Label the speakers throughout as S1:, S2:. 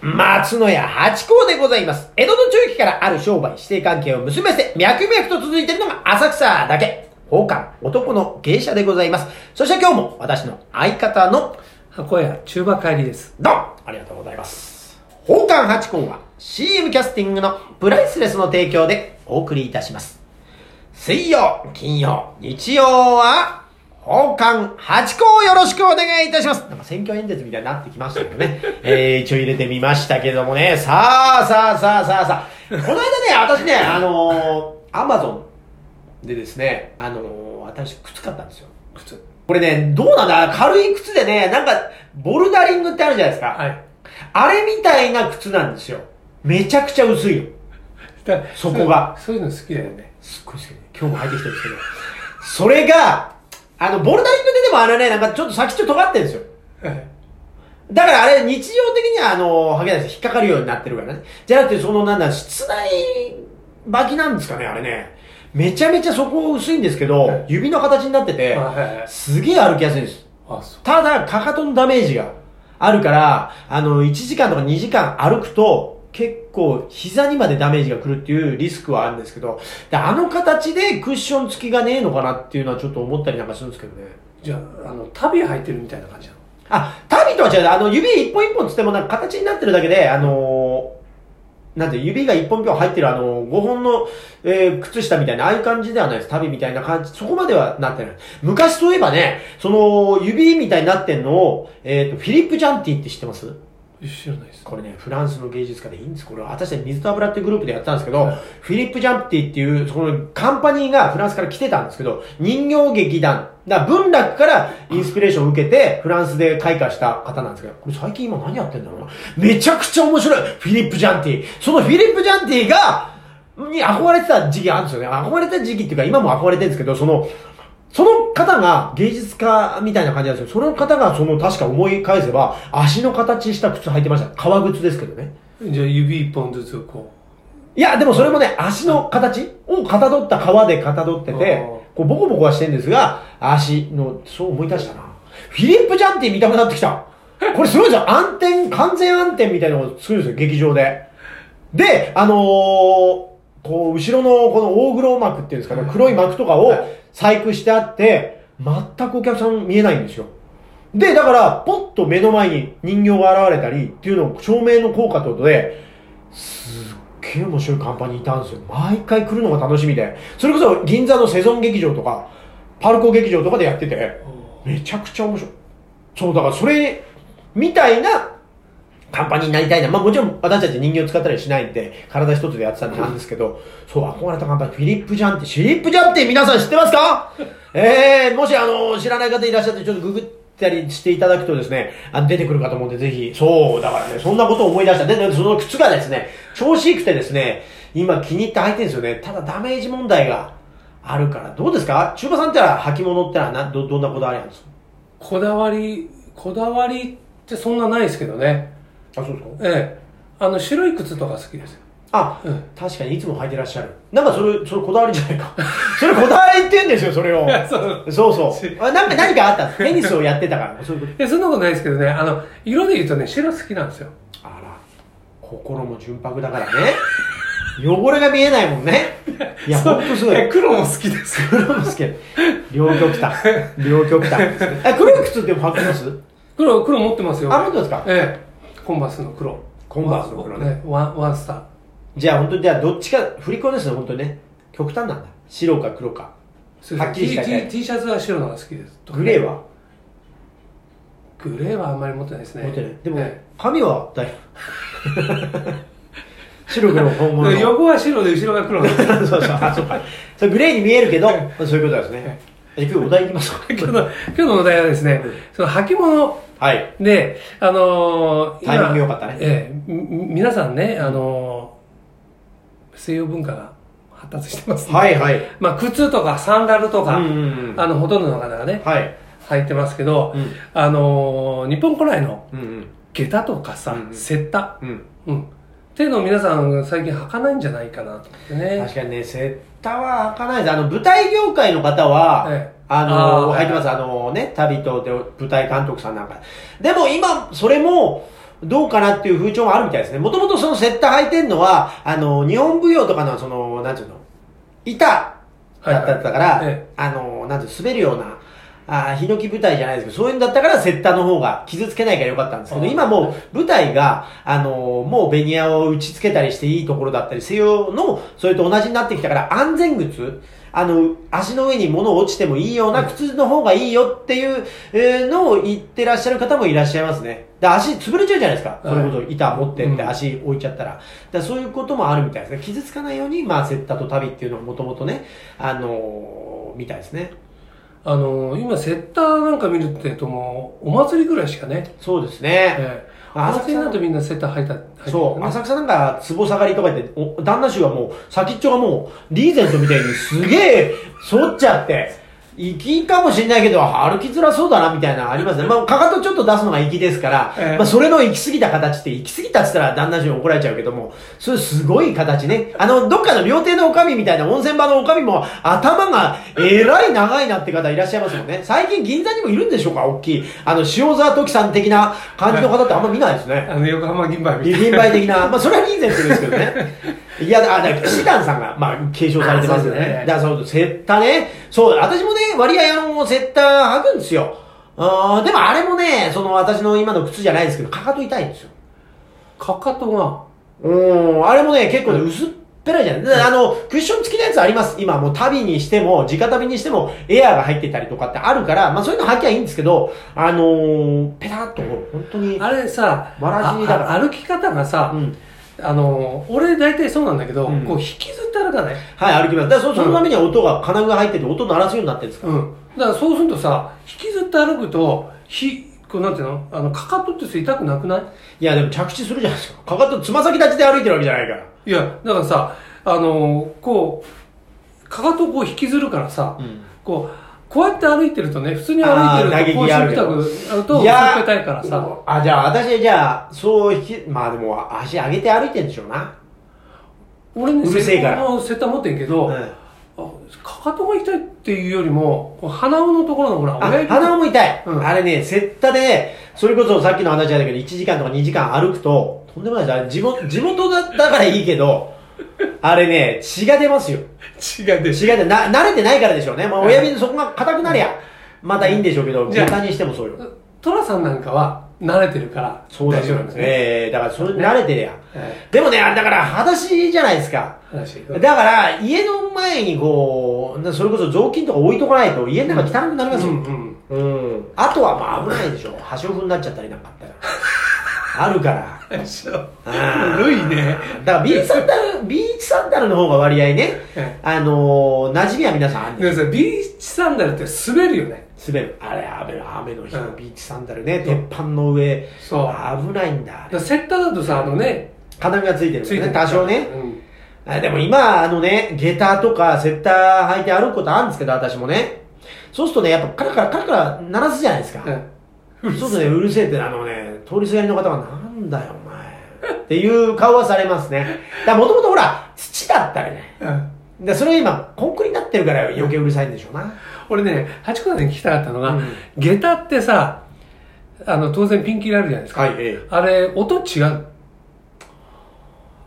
S1: 松野屋八甲でございます。江戸の中期からある商売、指定関係を結びまして、脈々と続いているのが浅草だけ。宝冠、男の芸者でございます。そして今日も私の相方の、
S2: 箱屋中馬帰りです。
S1: どんありがとうございます。宝冠八甲は CM キャスティングのプライスレスの提供でお送りいたします。水曜、金曜、日曜は、宝冠八甲をよろしくお願いいたします。なんか選挙演説みたいになってきましたけどね。えー、一応入れてみましたけどもね。さあ、さあ、さあ、さあ、さあ。この間ね、私ね、あのー、アマゾンでですね、あのー、私靴買ったんですよ。
S2: 靴。
S1: これね、どうなんだ軽い靴でね、なんか、ボルダリングってあるじゃないですか。
S2: はい。
S1: あれみたいな靴なんですよ。めちゃくちゃ薄いよ。
S2: だから
S1: そこが
S2: そうそういうの好きだよね。
S1: すっごい好きで、今日も履いてきてるんですけど。それが、あの、ボルダリングででもあれね、なんかちょっと先っちょ尖ってるんですよ。
S2: はい。
S1: だからあれ、日常的にはあの、履けないです。引っかかるようになってるからね。じゃなくて、その、なんだ、室内履きなんですかね、あれね。めちゃめちゃそこ薄いんですけど、指の形になってて、
S2: あ、
S1: すげえ歩きやすいんです。
S2: そう。
S1: ただ、かかとのダメージがあるから、あの、1時間とか2時間歩くと、結構膝にまでダメージが来るっていうリスクはあるんですけど、であの形でクッション付きがねえのかなっていうのはちょっと思ったりなんかするんですけどね。
S2: じゃあ、あの、足袋履いてるみたいな感じなの
S1: あ、タビとは違う。あの、指一本一本つってもなんか形になってるだけで、あのーなんて指が一本一本入ってるあのー、5本の、えー靴下みたいな、ああいう感じではないです。旅みたいな感じ、そこまではなってない。昔そういえばね、その、指みたいになってんのを、えっ、と、フィリップ・ジャンティって知ってます
S2: 知らないです。
S1: これね、フランスの芸術家でいいんです。これは私たち水と油っていうグループでやったんですけど、
S2: はい
S1: フィリップ・ジャンティっていう、そこのカンパニーがフランスから来てたんですけど、人形劇団、だから文楽からインスピレーションを受けて、フランスで開花した方なんですけど、これ最近今何やってんだろうな。めちゃくちゃ面白いフィリップ・ジャンティ。そのフィリップ・ジャンティが、に憧れてた時期あるんですよね。憧れてた時期っていうか、今も憧れてるんですけど、その、その方が芸術家みたいな感じなんですよ。その方がその確か思い返せば足の形した靴履いてました。革靴ですけどね。
S2: じゃあ、指一本ずつこ
S1: いや、でもそれもね、足の形をかたどった革でかたどってて
S2: あー、
S1: こうボコボコはしてるんですが、足の、そう思い出したな。フィリップ・ジャンティ見たくなってきた。これすごいじゃん。暗転、完全暗転みたいなのを作るんですよ、劇場で。で、あのーこう、後ろのこの大黒幕っていうんですかね、黒い幕とかを
S2: はい
S1: 細工してあって、全くお客さん見えないんですよ。で、だから、ポッと目の前に人形が現れたりっていうのを照明の効果ってことで、すっげえ面白いカンパニーいたんですよ。毎回来るのが楽しみで。それこそ銀座のセゾン劇場とか、パルコ劇場とかでやってて、
S2: う。
S1: めちゃくちゃ面白い。そう、だからそれ、みたいな、カンパニーになりたいな。まあもちろん私たち人形使ったりしないんで、体一つでやってたんでなんですけど、そう、憧れたカンパニー、フィリップ・ジャンティ。フィリップ・ジャンティ皆さん知ってますかえー、もしあの、知らない方いらっしゃって、ちょっとググったりしていただくとですね、あの出てくるかと思うんで、ぜひ、そう、だからね、そんなことを思い出した。で、でその靴がですね、調子良くてですね、今気に入って履いてるんですよね。ただダメージ問題があるから、どうですか中馬さんってのは履物ってのはなど、どんなこだわりなんですか
S2: こだわり、こだわりってそんなないですけどね。
S1: あ、そうですか
S2: ええ。あの、白い靴とか好きですよ。
S1: あ、
S2: うん
S1: 確かにいつも履いてらっしゃる。なんかそれ、それこだわりじゃないか。 それこだわりって言うんですよ、それを。
S2: そう
S1: そうそう。あなんか何かあったテニスをやってたから、そういうこ
S2: え、そんなことないですけどね。あの、色で言うとね、白好きなんですよ。
S1: と。あら、心も純白だからね。汚れが見えないもんね。いや、ほんとすごい。
S2: え黒も好きです。
S1: 黒も好きや両極端。両極端ですね。あ、黒い靴って履きます
S2: 黒、黒持ってますよ。
S1: あ、本当ですか
S2: ええ。コンバスの黒。
S1: コンバースの黒ね。
S2: ワン、ワンスター。
S1: じゃあ本当に、じゃあどっちか、振り子ですね、本当にね。極端なんだ。白か黒か。
S2: そうです
S1: はっ
S2: ね
S1: きりした
S2: T,
S1: い
S2: T, T シャツは白のが好きです
S1: グレ
S2: ー
S1: ーは
S2: グレーはあんまり持ってないですね
S1: 持ってない。でも、
S2: え
S1: 髪は大丈夫。 白黒本
S2: え
S1: 物の。そう
S2: 横は白で後ろ が黒なんです
S1: そう、あ、そうか。それグレーに見えるけど、そういうことですね。じゃあ今日お題いきます か。
S2: 今日の今日のお題はですね、その履物
S1: はい。
S2: で、あのー、
S1: タイミング良かったね
S2: ええみ皆さんね、あのー西洋文化が発達してます、ね。
S1: はいはい。
S2: まあ、靴とかサンダルとか、
S1: うんうんうん
S2: あの、ほとんどの方がね、
S1: はい。
S2: 履いてますけど、
S1: うん
S2: あのー日本古来の
S1: うんうん。
S2: 下駄とかさ
S1: うんう、ん
S2: セッタ、
S1: うん。
S2: うん。っていうのを皆さん最近履かないんじゃないかなと思ってね。
S1: 確かにね、セッタは開かないです。あの、舞台業界の方は、
S2: ええ
S1: あ
S2: あー
S1: の
S2: はい
S1: 入ってます。あのね、旅とで舞台監督さんなんか。でも今、それも、どうかなっていう風潮もあるみたいですね。もともとそのセッター履いてんのは、あの、日本舞踊とかの、その、なんていうの、板だったから、
S2: はいはいええ
S1: あの、なんていうの、滑るような、あーヒノキ舞台じゃないですけど、そういうんだったから、セッターの方が傷つけないからよかったんですけど、
S2: あー
S1: 今もう舞台が、あの、もうベニヤを打ち付けたりしていいところだったり、西洋の、それと同じになってきたから、安全靴、あの、足の上に物落ちてもいいような靴の方がいいよっていうえーのを言ってらっしゃる方もいらっしゃいますね。で足潰れちゃうじゃないですか。それこそ板持ってって
S2: うん
S1: 足置いちゃったら。だからそういうこともあるみたいですね。傷つかないように、まあ、セッタと旅っていうのももともとね、あのーみたいですね。
S2: あのー今セッターなんか見るってともうお祭りぐらいしかね、
S1: そうですね。
S2: ええ
S1: あ
S2: お祭りになるとみんなセッター履いた履いてる
S1: そう、
S2: ね
S1: 浅草なんか、壺下がりとか言って、お旦那衆はもう、先っちょがもう、リーゼントみたいにすげえ、反っちゃって、粋かもしれないけど、歩きづらそうだな、みたいなのありますね。まあ、かかとちょっと出すのが粋ですから、
S2: ええ
S1: まあ、それの行き過ぎた形って、行き過ぎたって言ったら旦那衆に怒られちゃうけども、それすごい形ね。あの、どっかの料亭のおかみみたいな温泉場のおかみも、頭がえらい長いなって方いらっしゃいますもんね。最近銀座にもいるんでしょうか、大きい。あの、塩沢時さん的な感じの方ってあんま見ないですね。
S2: あの横浜銀杯み
S1: リ
S2: たい
S1: ビンバイ的 な、まあそれはリーゼントですけどね。いや、あ、だから、シダンさんが、まあ、継承されてますよ
S2: あそうです
S1: ね
S2: ね。
S1: だから、そう、セッタね。そう、私もね、割合、あの、セッター履くんですよ。あーでもあれもね、その、私の今の靴じゃないですけど、かかと痛いんですよ。
S2: な。かかとが、
S1: うん、あれもね、結構ね、薄っぺらいじゃない、であの、クッション付きのやつあります。今、もう旅にしても、直旅にしても、エアーが入ってたりとかってあるから、まあそういうの履きゃいいんですけど、あのー、ペタッと、本当に、
S2: あれさ、
S1: わらじだから
S2: ああ歩き方がさ、
S1: うん。
S2: あのー俺大体そうなんだけど、
S1: うん
S2: こう引きずって歩かない。
S1: はい、歩きます。だからそそのためには音が、金具が入ってて音鳴らすようになってるんですか
S2: うん。だからそうするとさ、引きずって歩くと、ひ、こうなんていうのあの、かかとってさ痛くなくない
S1: いや、でも着地するじゃないですか。かかと、つま先立ちで歩いてるわけじゃないから。
S2: いや、だからさ、あのーこう、かかとをこう引きずるからさ、こう、こうやって歩いてるとね、普通に歩い
S1: あー
S2: てると、
S1: 打
S2: こう、
S1: 撃ある
S2: し
S1: けど
S2: くたく、あると、
S1: いやー
S2: ひっぺたいからさ、
S1: あ、じゃあ、私、じゃあ、そう引き、まあでも、足上げて歩いてるんでしょうな。
S2: 俺ね、
S1: うるせえから
S2: セッターのセッター持ってんけど、
S1: うん
S2: あかかとが痛いっていうよりも、こう鼻緒のところのほら、
S1: あ
S2: 親指
S1: 鼻も痛い、
S2: うん
S1: あれね、セッタで、それこそさっきの話じゃないけど、1時間とか2時間歩くと、とんでもないです。あれ地元、地元だだからいいけど、あれね、血が出ますよ。
S2: 違うで
S1: 血が出、な、慣れてないからでしょうね。まあ、親指のそこが硬くなりゃ、またいいんでしょうけど、
S2: じゃあ
S1: 下にしてもそうよ。
S2: トラさんなんかは、慣れてるから、
S1: そうだ
S2: 大
S1: よ
S2: 丈夫なんです
S1: ね。
S2: ね。
S1: ええだからそれ慣れてりゃ。
S2: え
S1: でもね、あれだから、裸足じゃないですか。
S2: え話。
S1: だから、家の前にこう、なそれこそ雑巾とか置いとかないと、家の中汚くなります
S2: う
S1: よ。
S2: んうん。
S1: うん。あとはまあ危ないでしょ。端を踏んなっちゃったりなんかあったら。あるから。 あー
S2: 古いね。
S1: だから、ビーチサンダル、ビーチサンダルの方が割合ね、
S2: え
S1: あのー、馴染みは皆さんあるん
S2: で
S1: で
S2: もさ、ビーチサンダルって滑るよね。
S1: す滑る。あれ、雨の雨の日の
S2: うん
S1: ビーチサンダルね、鉄板の上。
S2: そう
S1: 危ないんだ
S2: だ。からセッターだとさ、あのね、
S1: 金具がついてるん
S2: つ
S1: で
S2: い
S1: すね、
S2: てる
S1: 多少ね。
S2: うん
S1: あでも今、あのね、下駄とかセッター履いて歩くことあるんですけど、私もね。そうするとね、やっぱカラカラカラカラ鳴らすじゃないですか。
S2: う
S1: そうするとね、うるせえって、あのね、通りすがりの方が、なんだよ、お前。っていう顔はされますね。だからもともとほら、土だったらね。
S2: ん。
S1: で、それが今、コンクリになってるから余計うるさいんでしょうな。
S2: 俺ね、八子さんに聞きたかったのが、
S1: うん
S2: 下駄ってさ、あの、当然ピンキリあるじゃないですか。
S1: はい、ええ。
S2: あれ、音違う。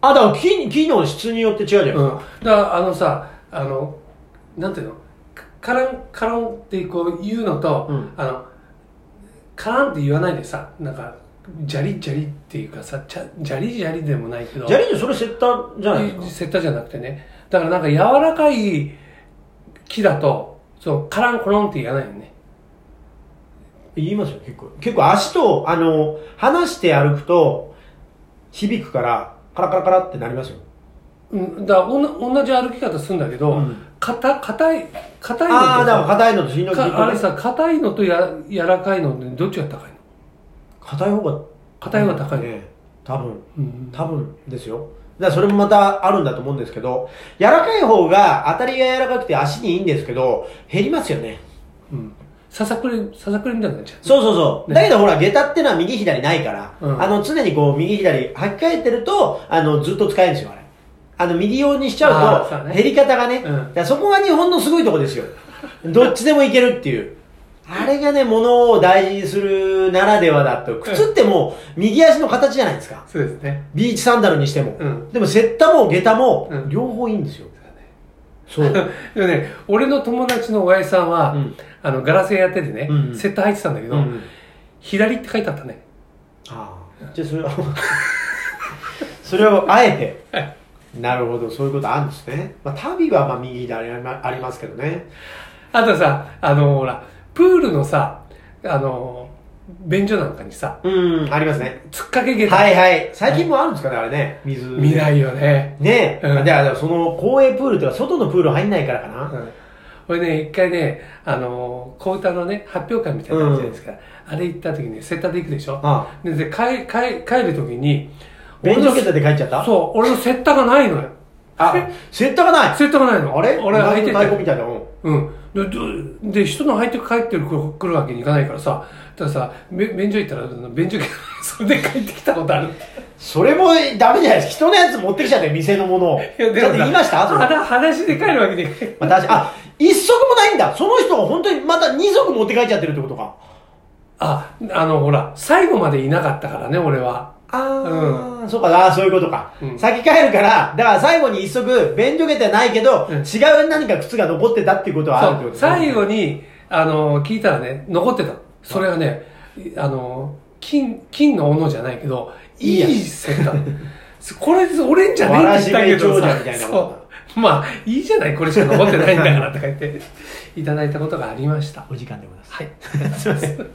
S1: あ、だから木、木の質によって違うじゃないです
S2: う
S1: か。
S2: ん。だから、あのさ、あの、なんていうの、カカラン、カランってこう言うのと、
S1: うん
S2: あの、カランって言わないでさ、なんか、ジャリジャリっていうかさ、ちゃジャリジャリでもないけど、
S1: 砂利でそれセッターじゃないですか。
S2: セッターじゃなくてね。だからなんか柔らかい木だと、そう、カランコロンって言わないよね。
S1: 言いますよ、結構。結構足と、あの、離して歩くと、響くから、カラカラカラってなりますよ。
S2: うん、だからおんな同じ歩き方するんだけど、
S1: うん
S2: かた硬い、硬いのと
S1: ああ、だから
S2: さ
S1: 硬いのとしんどい
S2: かあれさ、硬いのとや柔らかいのってどっちが高いの
S1: 硬い方が、
S2: 硬い方が高いの、
S1: ね。多分、
S2: うん、
S1: 多分ですよ。だからそれもまたあるんだと思うんですけど、柔らかい方が当たりが柔らかくて足にいいんですけど、減りますよね。
S2: うん。ささくれ、ささくれみたいになっちゃう。
S1: そうそうそう。
S2: ね
S1: だけどほら、下駄ってのは右左ないから、
S2: うん
S1: あの、常にこう、右左履き替えてると、あの、ずっと使えるんですよ、あれ。あの、右用にしちゃ
S2: あーそ
S1: う
S2: う
S1: と、
S2: だね
S1: 減り方がね。
S2: うん
S1: だからそこが日本のすごいとこですよ。どっちでもいけるっていう。あれがね、物を大事にするならではだと。靴ってもう、右足の形じゃないですか。
S2: そうですね。
S1: ビーチサンダルにしても。
S2: うん
S1: でも、セッタも下駄も
S2: う、ん
S1: 両方いいんですよ。そう。
S2: でもね、俺の友達の親父さんは、
S1: うん
S2: あの、ガラス屋やっててね、
S1: うんうん
S2: セット入ってたん だけど、
S1: うん
S2: 左って書いてあったね。
S1: ああ。じゃあ、それは、 それをあえて。
S2: はい
S1: なるほど、そういうことあるんですね。まあ、旅はまあ右でありまありますけどね。
S2: あとさ、あの、ほら、プールのさ、あの、便所なんかにさ、
S1: うん、ありますね。
S2: 突っかけ下駄、
S1: はいはい。最近もあるんですかね、あれね。水。
S2: 見ないよね。
S1: ねえ。
S2: うん
S1: じゃあ、その公営プールとか、外のプール入んないからかな。
S2: うん俺ね、一回ね、あの、小唄のね、発表会みたいなのあるじゃないですか。あれ行った時に、セッターで行くでしょ。
S1: あ
S2: でで帰帰帰る時に、
S1: 便所
S2: 俺
S1: 桁で帰っちゃった
S2: のそう、俺のセッターがないのよ。
S1: あ、セットがない
S2: セッターがないの。
S1: あれ
S2: 俺履いて
S1: 太鼓
S2: て。
S1: みたいなもん。
S2: うん。で、でで人の履いて帰ってる来るわけにいかないからさ、たださ、べ便所行ったら、便所行ったら それで帰ってきたことある。
S1: それもダメじゃないですか。人のやつ持ってきちゃって、店のものを。だって
S2: でもさ
S1: 言いましたそれ。まあ、
S2: 話話で帰るわけにいかない。
S1: 確かあ、一足もないんだ。その人が本当にまた二足持って帰っちゃってるってことか。
S2: あ、あの、ほら、最後までいなかったからね、俺は。
S1: ああ、そうか、ああ、そういうことか。
S2: うん
S1: 先帰るから、だから最後に一足、便所桁ないけど、
S2: うん
S1: 違う何か靴が残ってたっていうことはあるって
S2: そ
S1: こ
S2: う
S1: と
S2: 最後に、あの、聞いたらね、残ってた。それはね、あの、金、金の斧じゃないけど、
S1: いい
S2: い
S1: やつ
S2: いセット。 これ、俺んじゃねえって言ったけど
S1: わらしめ長者み
S2: さ
S1: たいなもんだ
S2: そう。まあ、いいじゃない、これしか残ってないんだからとか言って、いただいたことがありました。
S1: お時間でございます。す
S2: はい。
S1: いません。